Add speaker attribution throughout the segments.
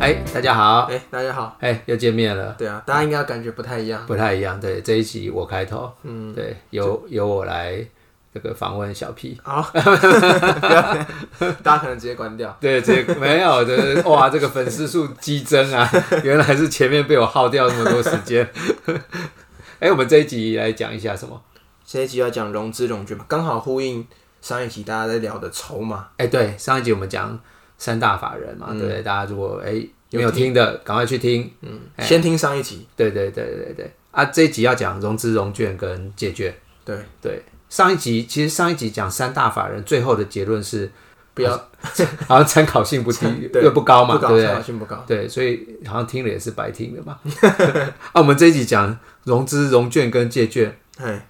Speaker 1: 哎，大家好，
Speaker 2: 哎，大家好。
Speaker 1: 哎，又见面了，
Speaker 2: 对啊，大家应该感觉不太一样。
Speaker 1: 不太一样。对，这一集我开头，
Speaker 2: 嗯，
Speaker 1: 对，由由我来这个访问小 P。
Speaker 2: 好，不要 大家可能直接关掉。
Speaker 1: 对，这 个没有的，哇，这个粉丝数激增啊！ 原来是前面被我耗掉那么多时间。 哎，我们这一集来讲一下什么？
Speaker 2: 这一集要讲融资融券嘛，刚好呼应上一集大家在聊的筹码。
Speaker 1: 哎，对，上一集我们讲三大法人嘛，对不对？大家如果哎
Speaker 2: 有
Speaker 1: 没嗯有听的，赶快去听。
Speaker 2: 嗯，先听上一集。
Speaker 1: 对对对对对。啊，这一集要讲融资融券跟借券。
Speaker 2: 对，
Speaker 1: 对，上一集其实上一集讲三大法人，最后的结论是
Speaker 2: 不要
Speaker 1: 好像参考性不低
Speaker 2: 对
Speaker 1: 又不高嘛，
Speaker 2: 不
Speaker 1: 对
Speaker 2: 高，
Speaker 1: 不
Speaker 2: 小
Speaker 1: 对？
Speaker 2: 心不高。
Speaker 1: 对，所以好像听了也是白听的嘛。 啊，我们这一集讲融资、融券跟借券，
Speaker 2: 哎，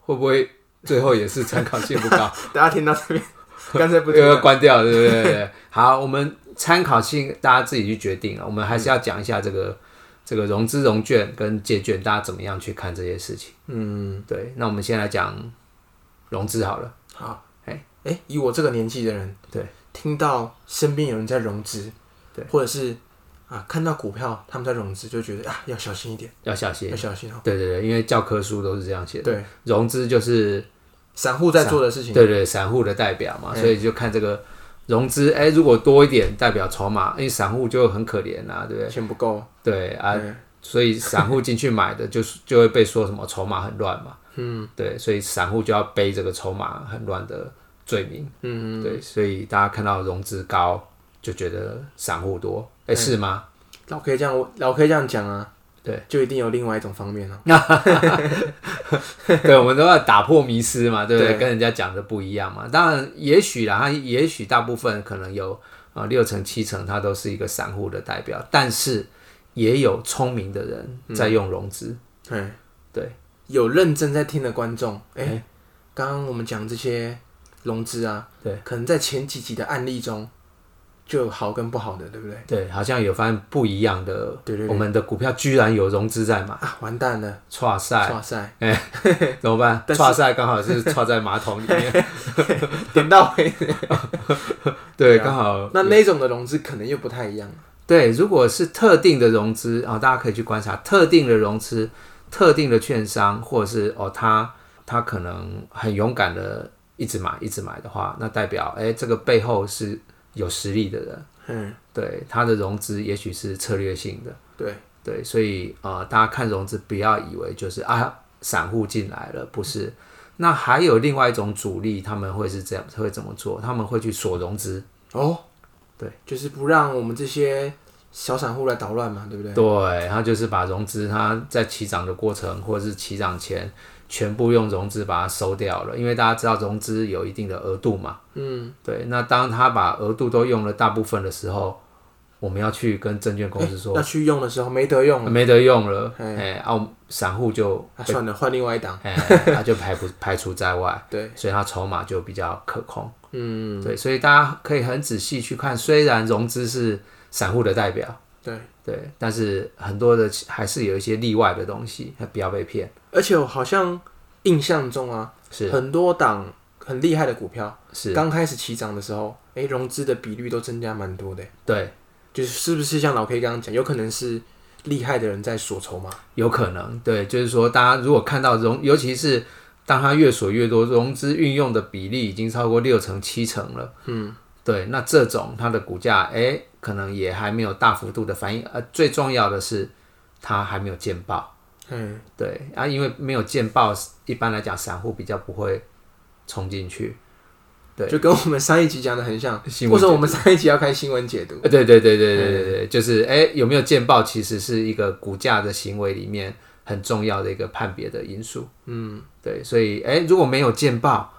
Speaker 1: 会不会最后也是参考性不 高，
Speaker 2: 大家听到 这边，干脆不听
Speaker 1: 又要
Speaker 2: 了。
Speaker 1: 关掉了，对不对对对？好，我们参考性大家自己去决定了。啊我们还
Speaker 2: 嗯
Speaker 1: 是要讲一下这个这个融资、融券跟借券，大家怎么样去看这些事情？
Speaker 2: 嗯，
Speaker 1: 对，那我们先来讲融资好了。
Speaker 2: 好。
Speaker 1: 哎
Speaker 2: 哎，哎，以我这个年纪的人，
Speaker 1: 对，
Speaker 2: 听到身边有人在融资，
Speaker 1: 对，
Speaker 2: 或者是啊，看到股票他们在融资，就觉得啊，要小心一点，
Speaker 1: 要小心
Speaker 2: 要。小心哦。
Speaker 1: 对对对，因为教科书都是这样写的。
Speaker 2: 对，
Speaker 1: 融资就是
Speaker 2: 散户在做的事情。
Speaker 1: 对对散户的代表嘛，所以就看这个融资，哎、如果多一点代表筹码，因为散户就很可怜啊，对不对？
Speaker 2: 钱不够哎
Speaker 1: 对啊，
Speaker 2: 对
Speaker 1: 所以散户进去买的就是就会被说什么筹码很乱嘛，嗯，对，所以散户就要背这个筹码很乱的罪名，嗯，对，所以大家看到融资高就觉得散户多，哎、是吗？
Speaker 2: 老可以这样，我老可以这样讲啊。
Speaker 1: 对，
Speaker 2: 就一定有另外一种方面哦、
Speaker 1: 对，我们都要打破迷思嘛，对不对？
Speaker 2: 对
Speaker 1: 跟人家讲的不一样嘛。当然，也许啦，他也许大部分可能有啊六成七成，他都是一个散户的代表，但是也有聪明的人在用融资。
Speaker 2: 嗯，
Speaker 1: 对，
Speaker 2: 有认真在听的观众，哎、
Speaker 1: 哎
Speaker 2: 刚刚我们讲这些融资啊，
Speaker 1: 对，
Speaker 2: 可能在前几集的案例中就有好跟不好的，对不对？
Speaker 1: 对，好像有发现不一样的，
Speaker 2: 对对对
Speaker 1: 我们的股票居然有融资在买，
Speaker 2: 啊，完蛋了，
Speaker 1: 哇塞，
Speaker 2: 哇塞，
Speaker 1: 怎么办？
Speaker 2: 但是
Speaker 1: 哇塞，刚好是插在马桶里 面，
Speaker 2: 点到尾。
Speaker 1: 对，
Speaker 2: 对啊
Speaker 1: 刚好
Speaker 2: 那那种的融资可能又不太一样，啊
Speaker 1: 对，如果是特定的融资啊、大家可以去观察特定的融资、特定的券商，或者是哦，他他可能很勇敢的一直买、一直买的话，那代表哎，这个背后是有实力的人，
Speaker 2: 嗯，
Speaker 1: 对他的融资也许是策略性的，
Speaker 2: 对，
Speaker 1: 对，所以啊、呃大家看融资不要以为就是啊，散户进来了，不是。那还有另外一种主力，他们会是这样，会怎么做？他们会去锁融资，
Speaker 2: 哦，
Speaker 1: 对，
Speaker 2: 就是不让我们这些小散户来捣乱嘛，对不对？啊
Speaker 1: 对，他就是把融资，他在起涨的过程或者是起涨前，全部用融资把它收掉了，因为大家知道融资有一定的额度嘛。嗯，对。那当他把额度都用了大部分的时候，我们要去跟证券公司说、哎
Speaker 2: 那去用的时候没得用了，
Speaker 1: 没得用了，
Speaker 2: 嘿
Speaker 1: 哎，啊，我们散户就
Speaker 2: 啊、算了，换另外一档，
Speaker 1: 哎， 他就排不排除在外，
Speaker 2: 对，
Speaker 1: 所以他筹码就比较可控。
Speaker 2: 嗯，
Speaker 1: 对，所以大家可以很仔细去看，虽然融资是散户的代表。
Speaker 2: 对。
Speaker 1: 对，但是很多的还是有一些例外的东西，不要被骗。
Speaker 2: 而且我好像印象中啊，
Speaker 1: 是
Speaker 2: 很多档很厉害的股票，
Speaker 1: 是，
Speaker 2: 刚开始起涨的时候，诶，融资的比率都增加蛮多的，
Speaker 1: 对，
Speaker 2: 就是是不是像老 K 刚刚讲，有可能是厉害的人在锁筹码，
Speaker 1: 有可能，对，就是说大家如果看到融，尤其是当它越锁越多，融资运用的比例已经超过六成七成了。嗯，对，那这种它的股价，哎，可能也还没有大幅度的反应。呃，最重要的是它还没有见报。
Speaker 2: 嗯，
Speaker 1: 对啊，因为没有见报，一般来讲散户比较不会冲进去。对
Speaker 2: 就跟我们上一集讲的很像，
Speaker 1: 新闻解读
Speaker 2: 为什么我们上一集要开新闻解读？
Speaker 1: 呃对对对对对
Speaker 2: 嗯
Speaker 1: 对对，就是哎、有没有见报，其实是一个股价的行为里面很重要的一个判别的因素。嗯，对，所以哎、如果没有见报，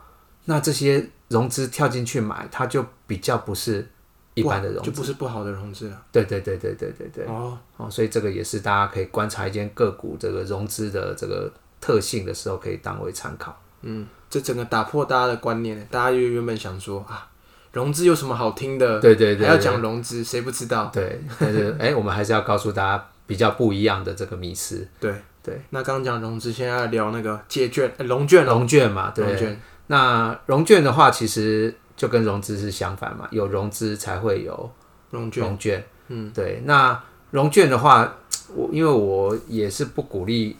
Speaker 1: 那这些融资跳进去买，它就比较不是一般的融
Speaker 2: 哇就
Speaker 1: 资。
Speaker 2: 不是不好的融资了，
Speaker 1: 对对对对对对对。
Speaker 2: 哦，
Speaker 1: 哦，所以这个也是大家可以观察一间个股这个融资的这个特性的时候，可以当为参考。
Speaker 2: 嗯，这整个打破大家的观念，大家就原本想说啊，融资有什么好听的？
Speaker 1: 对对对
Speaker 2: 还要讲融资，谁不知道？
Speaker 1: 对，但是哎、我们还是要告诉大家比较不一样的这个迷思，
Speaker 2: 对
Speaker 1: 对。
Speaker 2: 那刚刚讲融资，现在要聊那个借券、呃融券哦，
Speaker 1: 融券嘛，
Speaker 2: 融
Speaker 1: 对。
Speaker 2: 券，
Speaker 1: 那融券的话，其实就跟融资是相反嘛，有融资才会有
Speaker 2: 融券，
Speaker 1: 融券。嗯，对。那融券的话，我因为我也是不鼓励，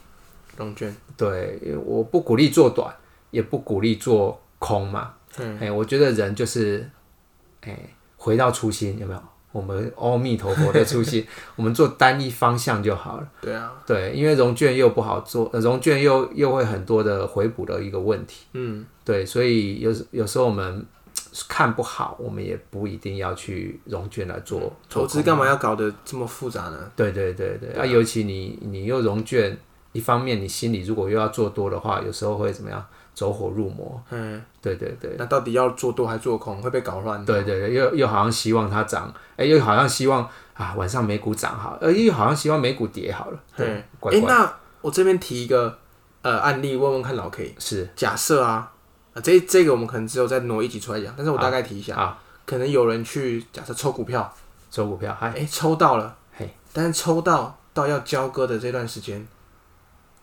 Speaker 2: 融券，
Speaker 1: 对，因为我不鼓励做短，也不鼓励做空嘛。
Speaker 2: 嗯，
Speaker 1: 哎、我觉得人就是，哎、回到初心，有没有？我们阿弥陀佛的初心， 我们做单一方向就好了。
Speaker 2: 对啊，
Speaker 1: 对，因为融券又不好做，呃融券又又会很多的回补的一个问题。
Speaker 2: 嗯，
Speaker 1: 对，所以有时有时候我们看不好，我们也不一定要去融券来做啊
Speaker 2: 投资干嘛要搞得这么复杂呢？
Speaker 1: 对对对对，啊，尤其你你又融券，一方面你心里如果又要做多的话，有时候会怎么样？走火入魔。
Speaker 2: 嗯，
Speaker 1: 对对对。
Speaker 2: 那到底要做多还做空，会被搞乱。
Speaker 1: 对对对，又又好像希望它涨，哎、又好像希望啊晚上美股涨好，呃，又好像希望美股跌好了，对，
Speaker 2: 对，
Speaker 1: 怪
Speaker 2: 哎，
Speaker 1: 怪
Speaker 2: 那我这边提一个呃案例，问问看老 K。
Speaker 1: 是
Speaker 2: 假设啊，啊这这个我们可能只有再挪一集出来讲，但是我大概提一下，
Speaker 1: 啊，
Speaker 2: 可能有人去假设抽股票，
Speaker 1: 做股票，嗨，
Speaker 2: 哎，抽到了
Speaker 1: 嘿，
Speaker 2: 但是抽到到要交割的这段时间，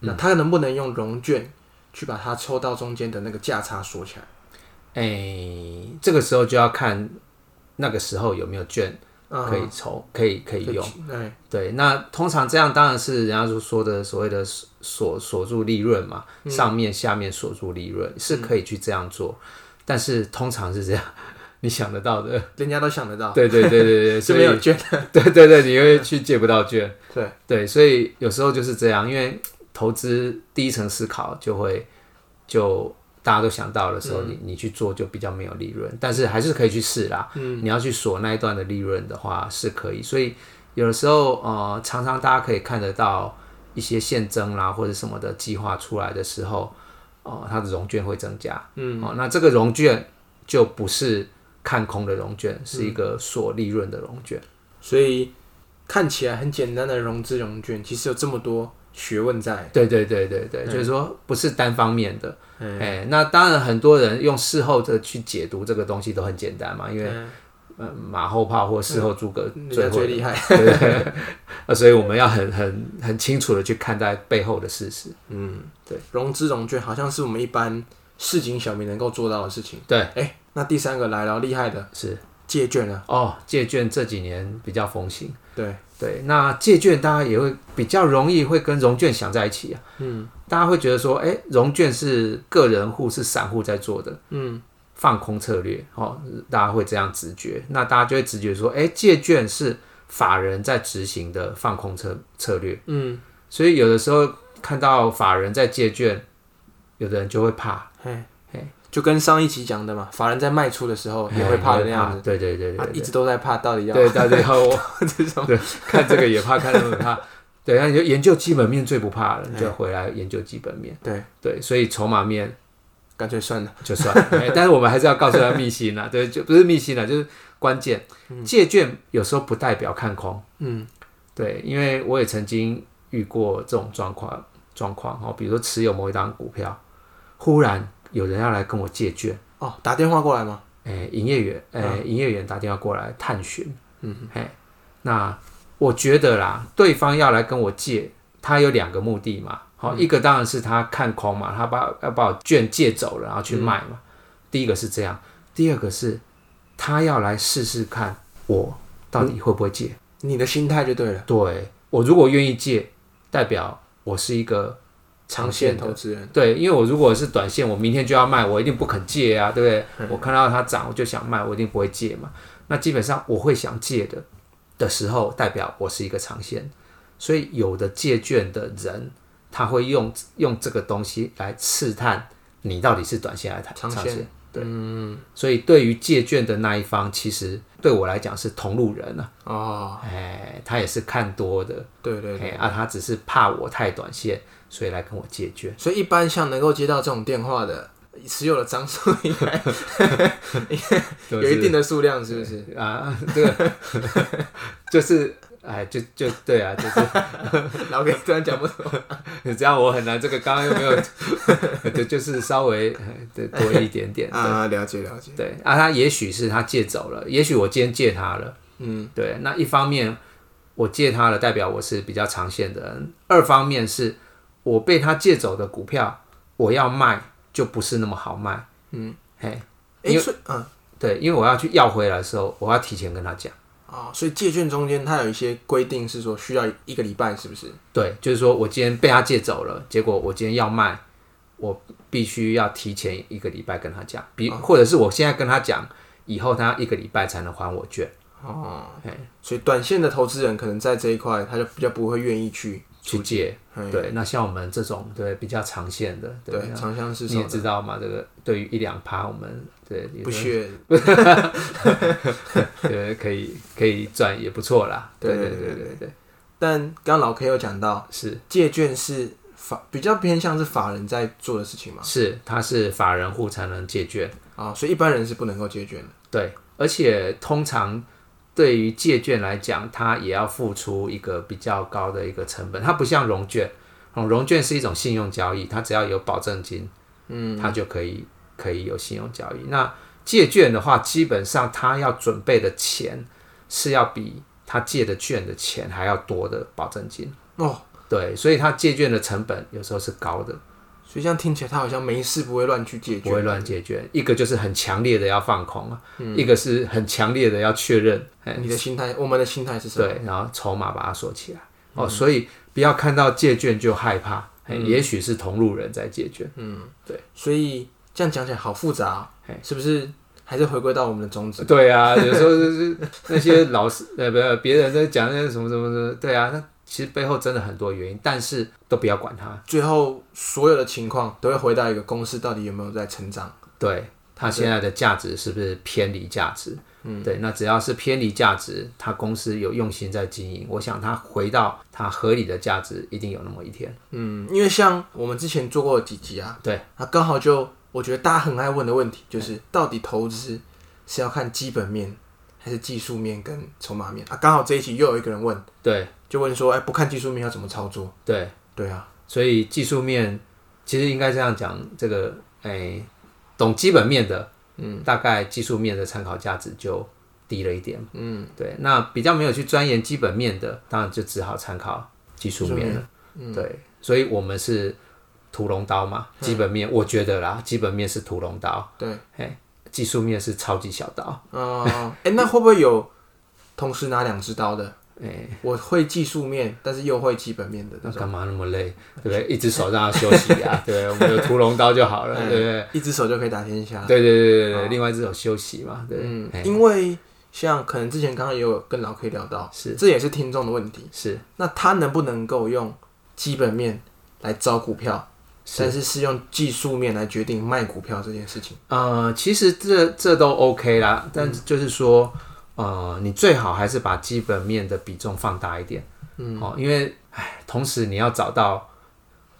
Speaker 1: 嗯
Speaker 2: 那他能不能用融券去把它抽到中间的那个价差锁起来？
Speaker 1: 哎、这个时候就要看那个时候有没有券
Speaker 2: 嗯
Speaker 1: 可以抽，可以可以用。，
Speaker 2: 哎，
Speaker 1: 对，那通常这样当然是人家就说的所谓的锁锁住利润嘛，
Speaker 2: 嗯
Speaker 1: 上面下面锁住利润是可以去这样做，但是通常是这样， 你想得到的，
Speaker 2: 人家都想得到，
Speaker 1: 对对对对 对，
Speaker 2: 啊是
Speaker 1: 所
Speaker 2: 没
Speaker 1: 以
Speaker 2: 有券，
Speaker 1: 对对对，你会去借不到券，
Speaker 2: 对
Speaker 1: 对，所以有时候就是这样，因为投资第一层思考就会就大家都想到的时候，你你去做就比较没有利润，但是还是可以去试啦。嗯，你要去锁那一段的利润的话是可以，所以有的时候呃，常常大家可以看得到一些现增啦或者什么的计划出来的时候，哦、它的融券会增加。嗯，哦，那这个融券就不是看空的融券，是一个锁利润的融券。
Speaker 2: 所以看起来很简单的融资融券，其实有这么多学问在。
Speaker 1: 对对对对对，就是说不是单方面的。
Speaker 2: 嗯
Speaker 1: 哎、那当然，很多人用事后的去解读这个东西都很简单嘛，因为、
Speaker 2: 嗯
Speaker 1: 呃马后炮或事后诸葛
Speaker 2: 人
Speaker 1: 最
Speaker 2: 家
Speaker 1: 会
Speaker 2: 最厉害，
Speaker 1: 对对对呃所以我们要很很很清楚的去看待背后的事实。
Speaker 2: 嗯，
Speaker 1: 对，
Speaker 2: 融资融券好像是我们一般市井小民能够做到的事情。
Speaker 1: 对，
Speaker 2: 哎，那第三个来了，厉害的
Speaker 1: 是
Speaker 2: 借券啊，
Speaker 1: 哦，借券这几年比较风行。
Speaker 2: 对，
Speaker 1: 对，那借券大家也会比较容易会跟融券想在一起啊。嗯，大家会觉得说，哎、融券是个人户是散户在做的，
Speaker 2: 嗯，
Speaker 1: 放空策略，哦，大家会这样直觉，那大家就会直觉说，哎、借券是法人在执行的放空策策略，
Speaker 2: 嗯，
Speaker 1: 所以有的时候看到法人在借券，有的人就会怕，
Speaker 2: 嘿，嘿，就跟上一集讲的嘛，法人在卖出的时哦候也会怕的那样子，啊
Speaker 1: 子，对对对对
Speaker 2: 他一
Speaker 1: 对，
Speaker 2: 直都在怕，到底要
Speaker 1: 对大家要我
Speaker 2: 这种，
Speaker 1: 对看这个也怕，看那个也怕， 对，那你就研究基本面最不怕了，你就回来研究基本面，
Speaker 2: 对，
Speaker 1: 对，所以筹码面
Speaker 2: 干脆算了，
Speaker 1: 就算了。 哎但是我们还是要告诉他密心啦，对，就不是密心啦，就是关键。借券有时候不代表看空，
Speaker 2: 嗯，
Speaker 1: 对，因为我也曾经遇过这种状况状况哦，比如说持有某一档股票，忽然有人要来跟我借券，
Speaker 2: 哦，打电话过来嘛，
Speaker 1: 哎，营业员，哎，营业员打电话过来探询，嗯，哎，那我觉得啦，对方要来跟我借，他有两个目的嘛，好、一个当然是他看空嘛，他把要把我券借走了，然后去卖嘛，第一个是这样，第二个是他要来试试看我到底会不会借。
Speaker 2: 你的心态就对了，
Speaker 1: 对我如果愿意借，代表我是一个
Speaker 2: 长
Speaker 1: 长
Speaker 2: 线
Speaker 1: 线的。
Speaker 2: 投资人，
Speaker 1: 对，因为我如果是短线，我明天就要卖，我一定不肯借啊，对不
Speaker 2: 嗯
Speaker 1: 对？我看到它涨，我就想卖，我一定不会借嘛。那基本上我会想借的的时候，代表我是一个长线。所以有的借券的人，他会用用这个东西来刺探你到底是短线还是
Speaker 2: 长
Speaker 1: 长
Speaker 2: 线
Speaker 1: 线。对，嗯，所以对于借券的那一方，其实对我来讲是同路人啊，
Speaker 2: 哦，
Speaker 1: 哎，他也是看多的，
Speaker 2: 对对
Speaker 1: 哎、啊，他只是怕我太短线，所以来跟我借券。
Speaker 2: 所以一般像能够接到这种电话的，持有的张数 应该有一定的数量，是不是？
Speaker 1: 啊，这个 就是哎，就就对啊，就是
Speaker 2: 然后给突然讲 不出
Speaker 1: 这样，我很难这个刚刚又没有， 就就是稍微呃对多一点点，
Speaker 2: 啊，了解了解，
Speaker 1: 对啊，他也许是他借走了，也许我今天借他了，
Speaker 2: 嗯，
Speaker 1: 对，那一方面我借他了，代表我是比较长线的人；二方面是我被他借走的股票，我要卖就不是那么好卖，
Speaker 2: 嗯，
Speaker 1: 嘿，
Speaker 2: 哎、
Speaker 1: 因
Speaker 2: 所以嗯
Speaker 1: 对，因为我要去要回来的时候，我要提前跟他讲，
Speaker 2: 哦，所以借券中间它有一些规定是说需要一个礼拜，是不是？
Speaker 1: 对，就是说我今天被他借走了，结果我今天要卖，我必须要提前一个礼拜跟他讲，比或者是我现在跟他讲，以后他一个礼拜才能还我券，
Speaker 2: 哦
Speaker 1: 嘿，
Speaker 2: 所以短线的投资人可能在这一块他就比较不会愿意去，
Speaker 1: 去借。
Speaker 2: 嗯，
Speaker 1: 对，那像我们这种对比较长线的，对，
Speaker 2: 对，长相是
Speaker 1: 你也知道嘛，这个对于一两趴，我们对也
Speaker 2: 不屑，
Speaker 1: 对可以可以赚也不错啦。
Speaker 2: 对
Speaker 1: 对对
Speaker 2: 对对
Speaker 1: 对对，
Speaker 2: 但刚刚老 K 有讲到
Speaker 1: 是
Speaker 2: 借券是法比较偏向是法人在做的事情嘛，
Speaker 1: 是，它是法人户才能借券，
Speaker 2: 啊、所以一般人是不能够借券的，
Speaker 1: 对，而且通常对于借券来讲，它也要付出一个比较高的一个成本，它不像融券，嗯，融券是一种信用交易，它只要有保证金，嗯，它就可以可以有信用交易。那借券的话，基本上它要准备的钱是要比他借的券的钱还要多的保证金，
Speaker 2: 哦，
Speaker 1: 对，所以它借券的成本有时候是高的，
Speaker 2: 所以这样听起来他好像没事不会乱去借
Speaker 1: 不会
Speaker 2: 券，
Speaker 1: 乱借券。一个就是很强烈的要放空啊，
Speaker 2: 嗯
Speaker 1: 一个是很强烈的要确认，哎，
Speaker 2: 你的心态，我们的心态是什么？
Speaker 1: 对，然后筹码把它锁起来。哦，所以不要看到借券就害怕，嘿也许是同路人在借券。
Speaker 2: 所以这样讲起来好复杂哦、
Speaker 1: 嘿
Speaker 2: 是不是？还是回归到我们的宗旨，
Speaker 1: 对啊，有时候就是 那些老师呃，不是别人在讲那些什么什么什么，对啊，那其实背后真的很多原因，但是都不要管它。
Speaker 2: 最后所有的情况都会回到一个公司到底有没有在成长。
Speaker 1: 对，它现在的价值是不是偏离价值？嗯，对，那只要是偏离价值，它公司有用心在经营，我想它回到它合理的价值，一定有那么一天。
Speaker 2: 嗯，因为像我们之前做过几集啊，
Speaker 1: 对，
Speaker 2: 啊，刚好就我觉得大家很爱问的问题就是，到底投资是要看基本面还是技术面跟筹码面啊？刚好这一期又有一个人问，
Speaker 1: 对
Speaker 2: 就问说，哎、不看技术面要怎么操作？
Speaker 1: 对，
Speaker 2: 对啊，
Speaker 1: 所以技术面其实应该这样讲，这个哎、懂基本面的，嗯，大概技术面的参考价值就低了一点，嗯，对。那比较没有去钻研基本面的，当然就只好参考技术面嗯了，对。所以我们是屠龙刀嘛，基本面、我觉得啦，基本面是屠龙刀，
Speaker 2: 对，
Speaker 1: 技术面是超级小刀，
Speaker 2: 嗯、 哎、那会不会有同时拿两只刀的？
Speaker 1: 哎、
Speaker 2: 我会技术面，但是又会基本面的，
Speaker 1: 那干嘛那么累，对不对？一只手让他休息 啊，对不对？我们有屠龙刀就好了，对不对？
Speaker 2: 一只手就可以打天下。
Speaker 1: 对对对对对，另外一只手休息嘛，对，
Speaker 2: 嗯
Speaker 1: 哎，
Speaker 2: 因为像可能之前刚刚也有跟老 K 聊到，
Speaker 1: 是
Speaker 2: 这也是听众的问题。
Speaker 1: 是
Speaker 2: 那他能不能够用基本面来招股票，但是是用技术面来决定卖股票这件事情？
Speaker 1: 呃，其实这这都 OK 啦，但就是说，呃，你最好还是把基本面的比重放大一点，嗯，哦，因为唉，同时你要找到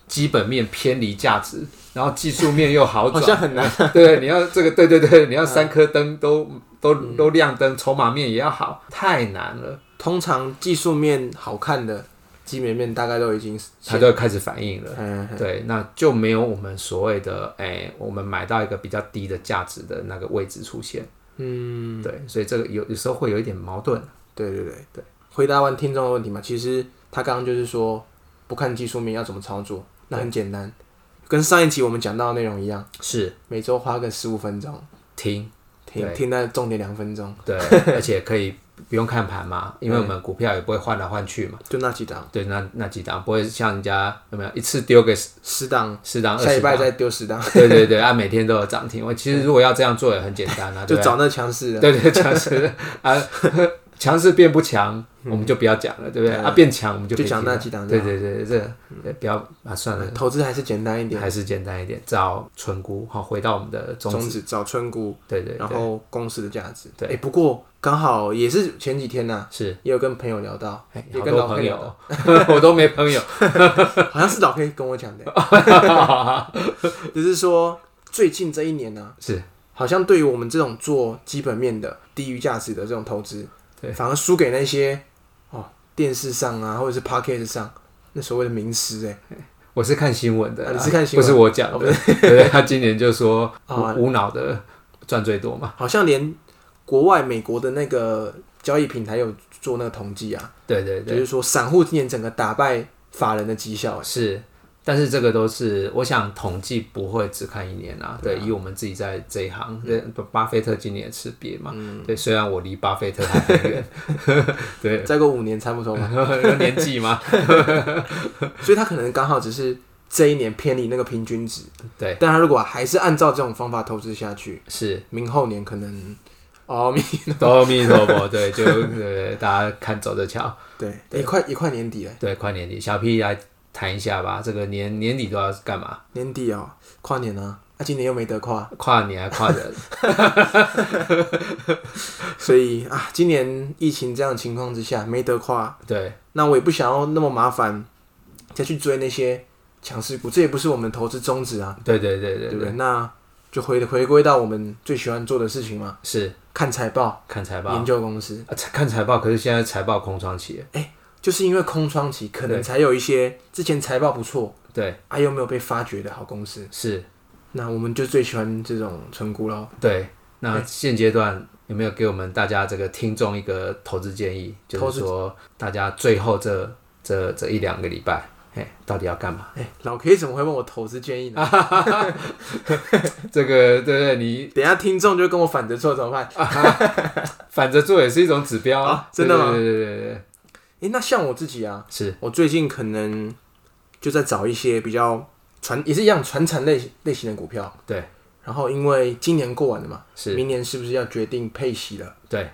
Speaker 1: 基本面偏离价值，然后技术面又 好转，
Speaker 2: 很难。
Speaker 1: 对，你要这个，对对对，你要三颗灯都都都亮灯，筹码面也要好，太难了，
Speaker 2: 通常技术面好看的基本面大概都已经是
Speaker 1: 它就会开始反应了。
Speaker 2: 嗯，
Speaker 1: 对，那就没有我们所谓的哎、我们买到一个比较低的价值的那个位置出现。嗯，对，所以这个有有时候会有一点矛盾。
Speaker 2: 对对对对。回答完听众的问题嘛，其实他刚刚就是说不看技术面要怎么操作，那很简单，跟上一集我们讲到的内容一样，
Speaker 1: 是
Speaker 2: 每周花个十五分钟，
Speaker 1: 听
Speaker 2: 听
Speaker 1: 对
Speaker 2: 听那重点两分钟，
Speaker 1: 对，而且可以不用看盘嘛，因为我们股票也不会换来换去嘛。
Speaker 2: 就那几档，
Speaker 1: 对，那那几档不会像人家有没有一次丢个十
Speaker 2: 十档，
Speaker 1: 十档二
Speaker 2: 下礼
Speaker 1: 十
Speaker 2: 拜
Speaker 1: 档？
Speaker 2: 再丢十档，
Speaker 1: 对对对，啊，每天都有涨停。我其实如果要这样做也很简单 啊，对
Speaker 2: 就
Speaker 1: 不对
Speaker 2: 找那强势的。
Speaker 1: 对对，强势啊， 强势变不强，我们就不要讲了，对不对？
Speaker 2: 嗯对
Speaker 1: 啊，变强我们就可以
Speaker 2: 就讲
Speaker 1: 提了
Speaker 2: 那几档就
Speaker 1: 对
Speaker 2: 好
Speaker 1: 对对，这对不要啊，算了，
Speaker 2: 投资还是简单一点，
Speaker 1: 还是简单一点，找存股好，回到我们的宗
Speaker 2: 种
Speaker 1: 旨，
Speaker 2: 子找村股，
Speaker 1: 对对
Speaker 2: 然
Speaker 1: 对，
Speaker 2: 后公司的价值。哎
Speaker 1: 对
Speaker 2: 诶不过刚好也是前几天呐、
Speaker 1: 是。
Speaker 2: 也有跟朋友聊 到，
Speaker 1: 哎
Speaker 2: 也
Speaker 1: 好
Speaker 2: 跟
Speaker 1: 多
Speaker 2: 老 K
Speaker 1: 朋
Speaker 2: 聊
Speaker 1: 友
Speaker 2: 到，
Speaker 1: 我都没 朋友。
Speaker 2: 好像是老 K 跟我讲的，就是说最近这一年呢、
Speaker 1: 是
Speaker 2: 好像对于我们这种做基本面的低于价值的这种投资，
Speaker 1: 对
Speaker 2: 反而输给那些哦电视上啊，或者是 p o c k e t 上那所谓的名师哎、
Speaker 1: 我是看新闻的啦、
Speaker 2: 啊你是看新闻
Speaker 1: 不是我讲
Speaker 2: 哦
Speaker 1: 的。 对，他今年就说
Speaker 2: 啊
Speaker 1: 无无脑的赚最多嘛。
Speaker 2: 好像连国外美国的那个交易平台有做那个统计啊，
Speaker 1: 对对
Speaker 2: 就
Speaker 1: 对，哦
Speaker 2: 是说散户今年整个打败法人的绩效、欸，
Speaker 1: 是。但是这个都是，我想统计不会只看一年啊。
Speaker 2: 对嗯
Speaker 1: 对，以我们自己在这一行，对，巴菲特今年也吃瘪嘛。对，虽然我离巴菲特还很远， 对，
Speaker 2: 再过五年差不多嘛，
Speaker 1: 年纪嘛，
Speaker 2: 所以他可能刚好只是这一年偏离那个平均值，
Speaker 1: 对，
Speaker 2: 但他如果还是按照这种方法投资下去，
Speaker 1: 是。
Speaker 2: 明后年可能哦，明
Speaker 1: 阿弥陀佛，对，就对，大家看走着瞧。
Speaker 2: 对，也快也快年底了，
Speaker 1: 对，快年底，小 P 来谈一下吧。这个年年底都要干嘛？
Speaker 2: 年底哦，跨年啊，啊，今年又没得跨，
Speaker 1: 跨年还跨 人？
Speaker 2: 所以啊，今年疫情这样的情况之下没得跨，
Speaker 1: 对，
Speaker 2: 那我也不想要那么麻烦，再去追那些强势股，这也不是我们投资宗旨啊，
Speaker 1: 对对对对
Speaker 2: 对不
Speaker 1: 对，
Speaker 2: 对？那就回回归到我们最喜欢做的事情嘛，
Speaker 1: 是
Speaker 2: 看财报、
Speaker 1: 看财报
Speaker 2: 研究公司，
Speaker 1: 啊，财看财报。可是现在财报空窗期，
Speaker 2: 就是因为空窗期，可能才有一些之前财报不错，
Speaker 1: 对，
Speaker 2: 啊又没有被发掘的好公司。
Speaker 1: 是，
Speaker 2: 那我们就最喜欢这种存股咯。
Speaker 1: 对。那现阶段有没有给我们大家这个听众一个投资建议？就
Speaker 2: 投
Speaker 1: 是
Speaker 2: 资
Speaker 1: 说，大家最后这这这一两个礼拜，哎，到底要干嘛？
Speaker 2: 哎、老 K 怎么会问我投资建议
Speaker 1: 啊
Speaker 2: 呢？
Speaker 1: 这个对不对？你
Speaker 2: 等一下听众就跟我反着做怎么办？
Speaker 1: 反着做也是一种指标
Speaker 2: 啊真的吗
Speaker 1: 对对对对对对，
Speaker 2: 哎、那像我自己啊，
Speaker 1: 是
Speaker 2: 我最近可能就在找一些比较传，也是一样传产类类型的股票。
Speaker 1: 对。
Speaker 2: 然后因为今年过完了嘛，
Speaker 1: 是，
Speaker 2: 明年是不是要决定配息了？
Speaker 1: 对，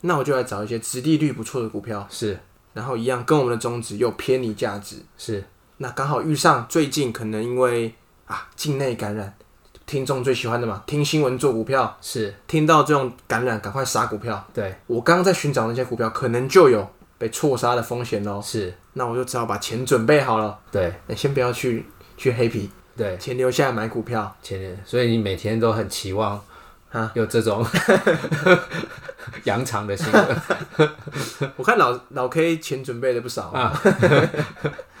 Speaker 2: 那我就来找一些殖利率不错的股票，
Speaker 1: 是
Speaker 2: 然后一样跟我们的宗旨又偏离价值。
Speaker 1: 是，
Speaker 2: 那刚好遇上最近可能因为啊境内感染，听众最喜欢的嘛，听新闻做股票，
Speaker 1: 是，
Speaker 2: 听到这种感染赶快杀股票。
Speaker 1: 对，
Speaker 2: 我刚刚在寻找那些股票，可能就有被错杀的风险咯。
Speaker 1: 是，
Speaker 2: 那我就只好把钱准备好了。
Speaker 1: 对
Speaker 2: 欸先不要去去黑皮，
Speaker 1: 对，
Speaker 2: 钱留下来买股票，
Speaker 1: 前年，所以你每天都很期望
Speaker 2: 啊
Speaker 1: 有这种 扬长的新闻
Speaker 2: 我看老老 K 钱准备了不少，哦
Speaker 1: 啊。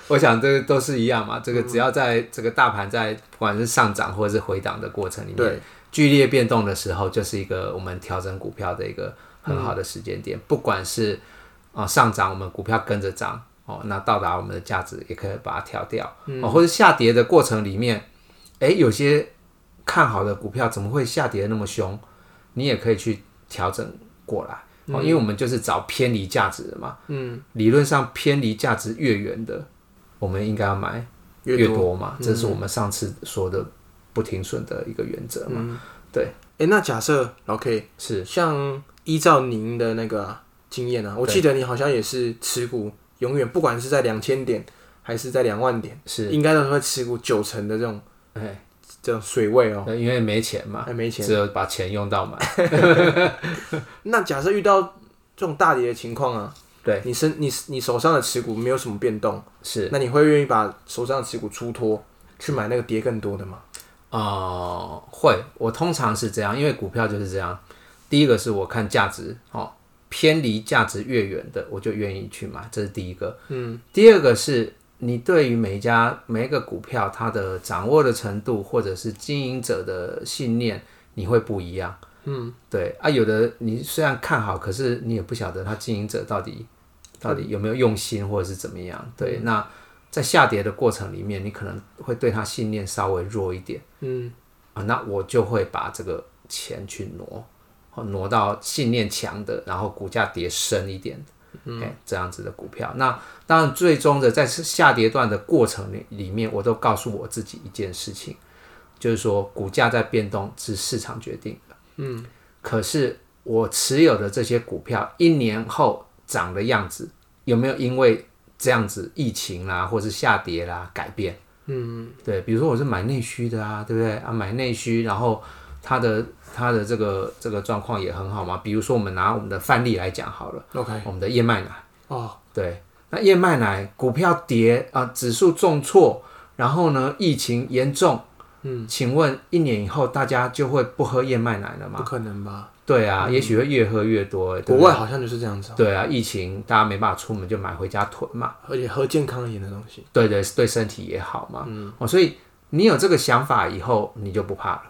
Speaker 1: 我想这个都是一样嘛，这个只要在这个大盘在不管是上涨或者是回档的过程里面，
Speaker 2: 对，
Speaker 1: 剧烈变动的时候，就是一个我们调整股票的一个很好
Speaker 2: 嗯
Speaker 1: 的时间点。不管是啊、呃上涨，我们股票跟着涨哦，那到达我们的价值也可以把它调掉、
Speaker 2: 嗯
Speaker 1: 哦，或者下跌的过程里面，诶，有些看好的股票怎么会下跌得那么凶？你也可以去调整过来哦，因
Speaker 2: 嗯
Speaker 1: 为我们就是找偏离价值的嘛。嗯，理论上偏离价值越远的，我们应该要买
Speaker 2: 越
Speaker 1: 越
Speaker 2: 多。嗯
Speaker 1: 多嘛，这是我们上次说的不停损的一个原则嘛。
Speaker 2: 哎、那假设老 K
Speaker 1: 是
Speaker 2: 像依照您的那个啊经验啊，我记得你好像也是持股，永远不管是在两千点还是在两万点，
Speaker 1: 是，
Speaker 2: 应该都会持股九成的这种
Speaker 1: 哎，
Speaker 2: 这种水位哦、
Speaker 1: 对因为没钱嘛，
Speaker 2: 还没钱。
Speaker 1: 只有把钱用到满。
Speaker 2: 那假设遇到这种大跌的情况啊，
Speaker 1: 对，
Speaker 2: 你身你你手上的持股没有什么变动，
Speaker 1: 是
Speaker 2: 那你会愿意把手上的持股出脱去买那个跌更多的吗？
Speaker 1: 哦，会，我通常是这样，因为股票就是这样。第一个是我看价值哦，偏离价值越远的，我就愿意去买，这是第一个。嗯，第二个是你对于每一家每一个股票它的掌握的程度，或者是经营者的信念，你会不一样。嗯，对啊，有的你虽然看好，可是你也不晓得他经营者到底到底有没有用心，或者是怎么样。对，那在下跌的过程里面，你可能会对他信念稍微弱一点。啊，那我就会把这个钱去挪，哦挪到信念强的，然后股价跌深一点的，嗯、这样子的股票。那当然，最终的在下跌段的过程里里面，我都告诉我自己一件事情，就是说股价在变动是市场决定的。嗯，可是我持有的这些股票，一年后涨的样子，有没有因为这样子疫情啦，或是下跌啦改变？对，比如说我是买内需的啊，对不对啊？买内需，然后它的它的这个这个状况也很好嘛。比如说我们拿我们的范例来讲好了，
Speaker 2: OK，
Speaker 1: 我们的燕麦奶，
Speaker 2: 哦，
Speaker 1: 对，那燕麦奶股票跌啊、指数重挫，然后呢，疫情严重，嗯，请问一年以后大家就会不喝燕麦奶了
Speaker 2: 不
Speaker 1: 吗？
Speaker 2: 可能吧？
Speaker 1: 对啊，也许会越喝越多、欸。对
Speaker 2: 国
Speaker 1: 不对
Speaker 2: 外好像就是这样子哦，
Speaker 1: 对啊，疫情大家没办法出门，就买回家囤嘛。
Speaker 2: 而且喝健康一点的东西，
Speaker 1: 对对，对身体也好嘛。嗯，哦，所以你有这个想法以后，你就不怕了。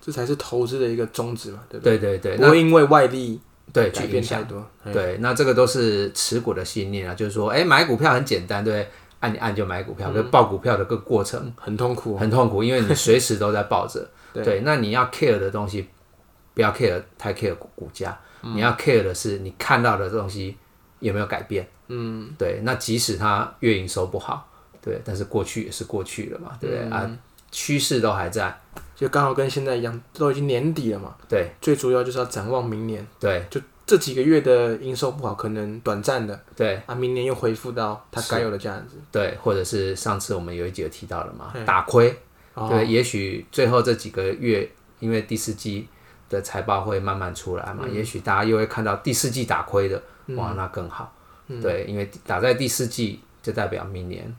Speaker 2: 这才是投资的一个宗旨嘛，对不
Speaker 1: 对对对，
Speaker 2: 对？
Speaker 1: 那
Speaker 2: 不会因为外力
Speaker 1: 对
Speaker 2: 改
Speaker 1: 去影
Speaker 2: 变太
Speaker 1: 响。
Speaker 2: 多。哎
Speaker 1: 对，那这个都是持股的信念啊，就是说，哎，买股票很简单，对不对，按一按就买股票，跟报股票的个过程
Speaker 2: 嗯很痛苦哦，。
Speaker 1: 很痛苦，因为你随时都在抱着
Speaker 2: 对
Speaker 1: 对，那你要 care 的东西，不要 care 太 care 股股价，
Speaker 2: 嗯
Speaker 1: 你要 care 的是你看到的东西有没有改变。嗯，对。那即使它月营收不好，对，但是过去也是过去了嘛，对不
Speaker 2: 嗯
Speaker 1: 对、啊？趋势都还在，
Speaker 2: 就刚好跟现在一样，都已经年底了嘛，
Speaker 1: 对
Speaker 2: 最主要就是要展望明年。
Speaker 1: 对
Speaker 2: 就这几个月的营收不好，可能短暂的
Speaker 1: 对
Speaker 2: 啊，明年又恢复到它该有的价值。
Speaker 1: 对，或者是上次我们有一集有提到了嘛，打亏，
Speaker 2: 哦
Speaker 1: 对，也许最后这几个月，因为第四季的财报会慢慢出来嘛，也许大家又会看到第四季打亏的，哇，那更好。对，因为打在第四季，就代表明年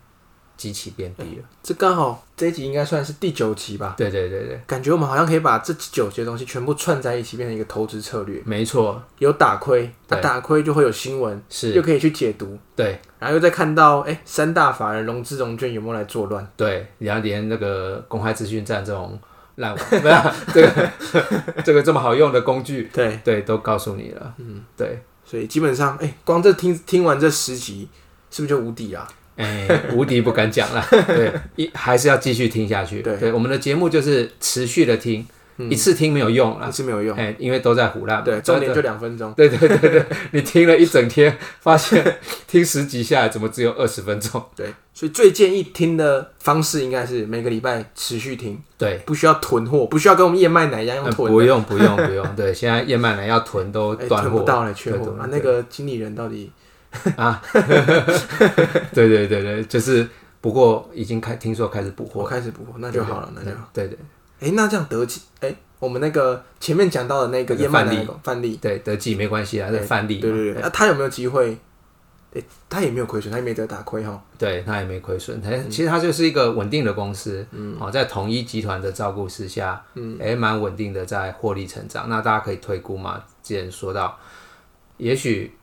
Speaker 1: 基期变低了。
Speaker 2: 这刚好这一集应该算是第九集吧，
Speaker 1: 对对对对，
Speaker 2: 感觉我们好像可以把这九集的东西全部串在一起，变成一个投资策略。
Speaker 1: 没错，
Speaker 2: 有打亏，啊、
Speaker 1: 对
Speaker 2: 打亏就会有新闻，
Speaker 1: 是
Speaker 2: 又可以去解读，
Speaker 1: 对
Speaker 2: 然后又再看到哎、三大法人融资融券有没有来作乱？
Speaker 1: 对，然后连那个公开资讯站这种烂网， 不是啊这个这个这么好用的工具，
Speaker 2: 对，
Speaker 1: 对，都告诉你了。嗯，对。
Speaker 2: 所以基本上哎、光这听听完这十集，是不是就无敌啊？
Speaker 1: 哎、无敌不敢讲 了，对，一还是要继续听下去。
Speaker 2: 对
Speaker 1: 我们的节目就是持续的听，一次听没有用了，
Speaker 2: 是没有用。
Speaker 1: 哎、因为都在胡乱。
Speaker 2: 对，重点就两分钟。
Speaker 1: 对对对对，你听了一整天，发现听十集下来，怎么只有二十分 钟？
Speaker 2: 对，所以最建议听的方式应该是每个礼拜持续听，
Speaker 1: 对，
Speaker 2: 不需要囤货，不需要跟我们燕麦奶一样用
Speaker 1: 嗯
Speaker 2: 囤
Speaker 1: 不用不用不用，对，现在燕麦奶要囤都
Speaker 2: 哎，
Speaker 1: 断
Speaker 2: 囤
Speaker 1: 货、
Speaker 2: 不到了，缺
Speaker 1: 对
Speaker 2: 货
Speaker 1: 囤
Speaker 2: 啊！那个经理人到底
Speaker 1: 对对对对，就是不过已经开听说开始补
Speaker 2: 我
Speaker 1: 货，
Speaker 2: 开始补货，那就好了，那就好。
Speaker 1: 对对
Speaker 2: 哎，那这样德基，哎，我们那个前面讲到的那个
Speaker 1: 那个
Speaker 2: 燕麦奶
Speaker 1: 范
Speaker 2: 那个范例，
Speaker 1: 对德记没关系啊，这范例
Speaker 2: 对
Speaker 1: 嘛，
Speaker 2: 对对，那他有没有机会？哎，他也没有亏损，他也没得打亏哈。
Speaker 1: 对，它也没亏损，它其实它就是一个稳定的公司，嗯，哦，在统一集团的照顾之下，嗯，也蛮稳定的在获利成长。那大家可以推估嘛，之前说到，也许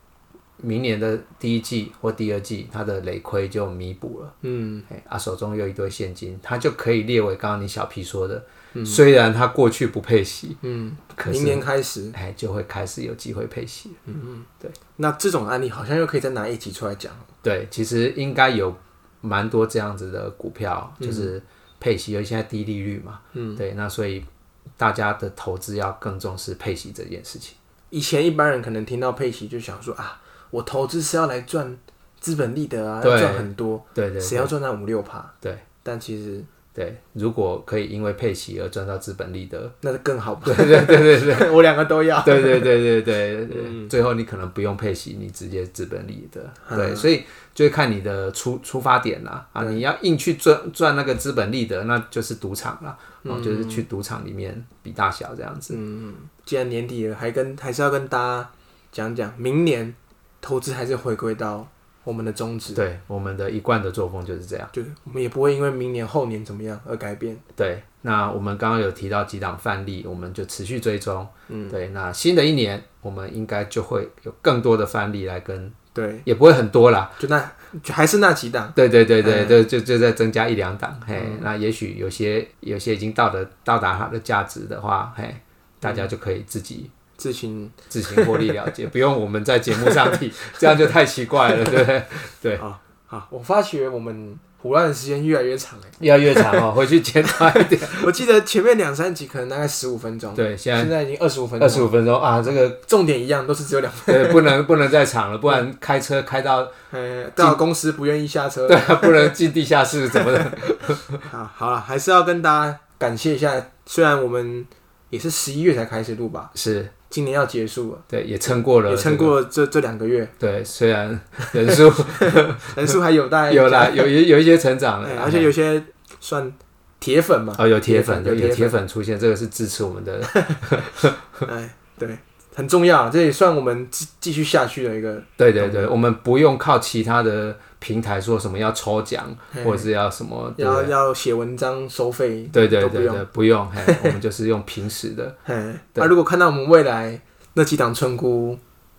Speaker 1: 明年的第一季或第二季，它的累亏就弥补了，
Speaker 2: 嗯，
Speaker 1: 哎，啊，手中有一堆现金，它就可以列为刚刚你小 P 说的，虽然它过去不配息，嗯，可
Speaker 2: 明
Speaker 1: 是
Speaker 2: 年开始，
Speaker 1: 哎就会开始有机会配息。
Speaker 2: 那这种案例好像又可以再拿一集出来讲。
Speaker 1: 对，其实应该有蛮多这样子的股票，就是配息，尤其现在低利率嘛，嗯，对，那所以大家的投资要更重视配息这件事情。
Speaker 2: 以前一般人可能听到佩奇就想说啊，我投资是要来赚资本利得啊，
Speaker 1: 对
Speaker 2: 要赚很多，
Speaker 1: 对对
Speaker 2: 谁要赚那五六趴？
Speaker 1: 对
Speaker 2: 但其实
Speaker 1: 对，如果可以因为配息而赚到资本利得，
Speaker 2: 呃那就更好吧。对对对对对， 我两个都要。
Speaker 1: 对对对对对对，最后你可能不用配息，你直接资本利得。对，所以就会看你的出出发点啦。啊，你要硬去赚赚那个资本利得，那就是赌场啦，哦，就是去赌场里面比大小这样子。
Speaker 2: 既然年底了，还跟还是要跟大家讲讲，明年投资还是回归到我们的宗旨，
Speaker 1: 对，我们的一贯的作风就是这样。
Speaker 2: 就是我们也不会因为明年后年怎么样而改变。
Speaker 1: 对，那我们刚刚有提到几档范例，我们就持续追踪。嗯，对，那新的一年我们应该就会有更多的范例来跟，
Speaker 2: 对，
Speaker 1: 也不会很多 啦。
Speaker 2: 就那就还是那几档，
Speaker 1: 对对对对，就就就再增加一两档。嘿，那也许有些有些已经到了到达它的价值的话，嘿，大家就可以自己。
Speaker 2: 自行
Speaker 1: 自行获利了 结，不用我们在节目上提，这样就太奇怪了，对不 对？对，
Speaker 2: 啊，我发觉我们胡乱的时间越来越长欸了。
Speaker 1: 越来越长哦，回去检讨一点。
Speaker 2: 我记得前面两三集可能大概十五分 钟，
Speaker 1: 对，现
Speaker 2: 现
Speaker 1: 在
Speaker 2: 在已经二十五分钟
Speaker 1: 二
Speaker 2: 了，
Speaker 1: 十五分钟啊，这个
Speaker 2: 重点一样，都是只有 两分
Speaker 1: 对，不能不能再长了，不然开车开到
Speaker 2: 呃，到公司不愿意下车。
Speaker 1: 对啊，不能进地下室怎么的？
Speaker 2: 啊， 好了，还是要跟大家感谢一下，虽然我们也是十一月才开始录吧，
Speaker 1: 是
Speaker 2: 今年要结束了，
Speaker 1: 对，也撑过了，
Speaker 2: 也撑。过这这两个月，
Speaker 1: 对，虽然人数
Speaker 2: 人数还有 待
Speaker 1: 有啦，有有有一些成长了
Speaker 2: 加，哎，
Speaker 1: 哎
Speaker 2: 而且有些算铁 粉嘛，
Speaker 1: 哦有铁粉，有
Speaker 2: 有铁粉
Speaker 1: 有铁粉出现，这个是支持我们的。
Speaker 2: 哎，对，很重要，这也算我们继继续下去的一个。
Speaker 1: 对对对，我们不用靠其他的平台说什么要抽奖
Speaker 2: 嘿
Speaker 1: 或者是要什么，对
Speaker 2: 哎要要写文章收费，
Speaker 1: 对对
Speaker 2: 都不
Speaker 1: 对
Speaker 2: 用。
Speaker 1: 对，不用，嘿，我们就是用平时 的，
Speaker 2: 嘿，
Speaker 1: 对
Speaker 2: 那、如果看到我们未来那几档村姑，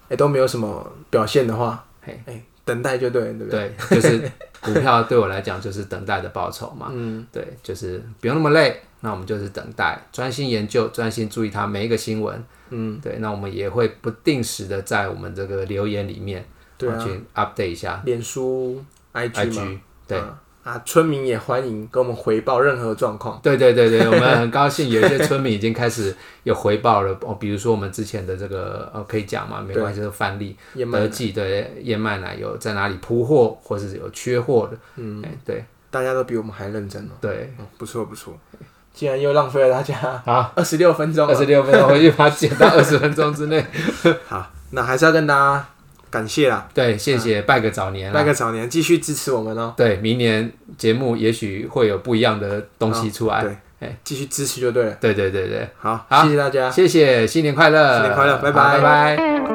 Speaker 2: 哎、都没有什么表现的话，
Speaker 1: 嘿，
Speaker 2: 哎、等待就对了，对不对？
Speaker 1: 对，就是股票对我来讲就是等待的报酬嘛，
Speaker 2: 嗯，
Speaker 1: 对，就是不用那么累，那我们就是等待，专心研究，专心注意它每一个新闻，
Speaker 2: 嗯，
Speaker 1: 对，那我们也会不定时的在我们这个留言里面，
Speaker 2: 对啊
Speaker 1: 去 update 一下
Speaker 2: 脸书、IG 嘛，
Speaker 1: IG，对。
Speaker 2: 啊啊，村民也欢迎跟我们回报任何状况。
Speaker 1: 对对对对，我们很高兴有一些村民已经开始有回报了哦，比如说我们之前的这个呃可以讲嘛，没关系，这个范例，
Speaker 2: 也蛮
Speaker 1: 德记的燕麦奶有在哪里铺货，或是有缺货的，嗯，对
Speaker 2: 大家都比我们还认真哦，
Speaker 1: 对，
Speaker 2: 嗯、不错不错。既然又浪费了大家
Speaker 1: 好，
Speaker 2: 二十六分钟
Speaker 1: 二
Speaker 2: 了，
Speaker 1: 十六分钟回去把它剪到二十分钟之内，
Speaker 2: 好，那还是要跟大家感谢啦，
Speaker 1: 对，谢谢，拜个早年
Speaker 2: 拜
Speaker 1: 啦。
Speaker 2: 个早年，继续支持我们哦，
Speaker 1: 对，明年节目也许会有不一样的东西出来。
Speaker 2: 对继续哦支持就对了。
Speaker 1: 对对对对，
Speaker 2: 好，
Speaker 1: 好
Speaker 2: 谢谢大家。
Speaker 1: 谢谢，新年快乐，
Speaker 2: 新年快乐拜拜
Speaker 1: 好拜拜。
Speaker 3: Bye.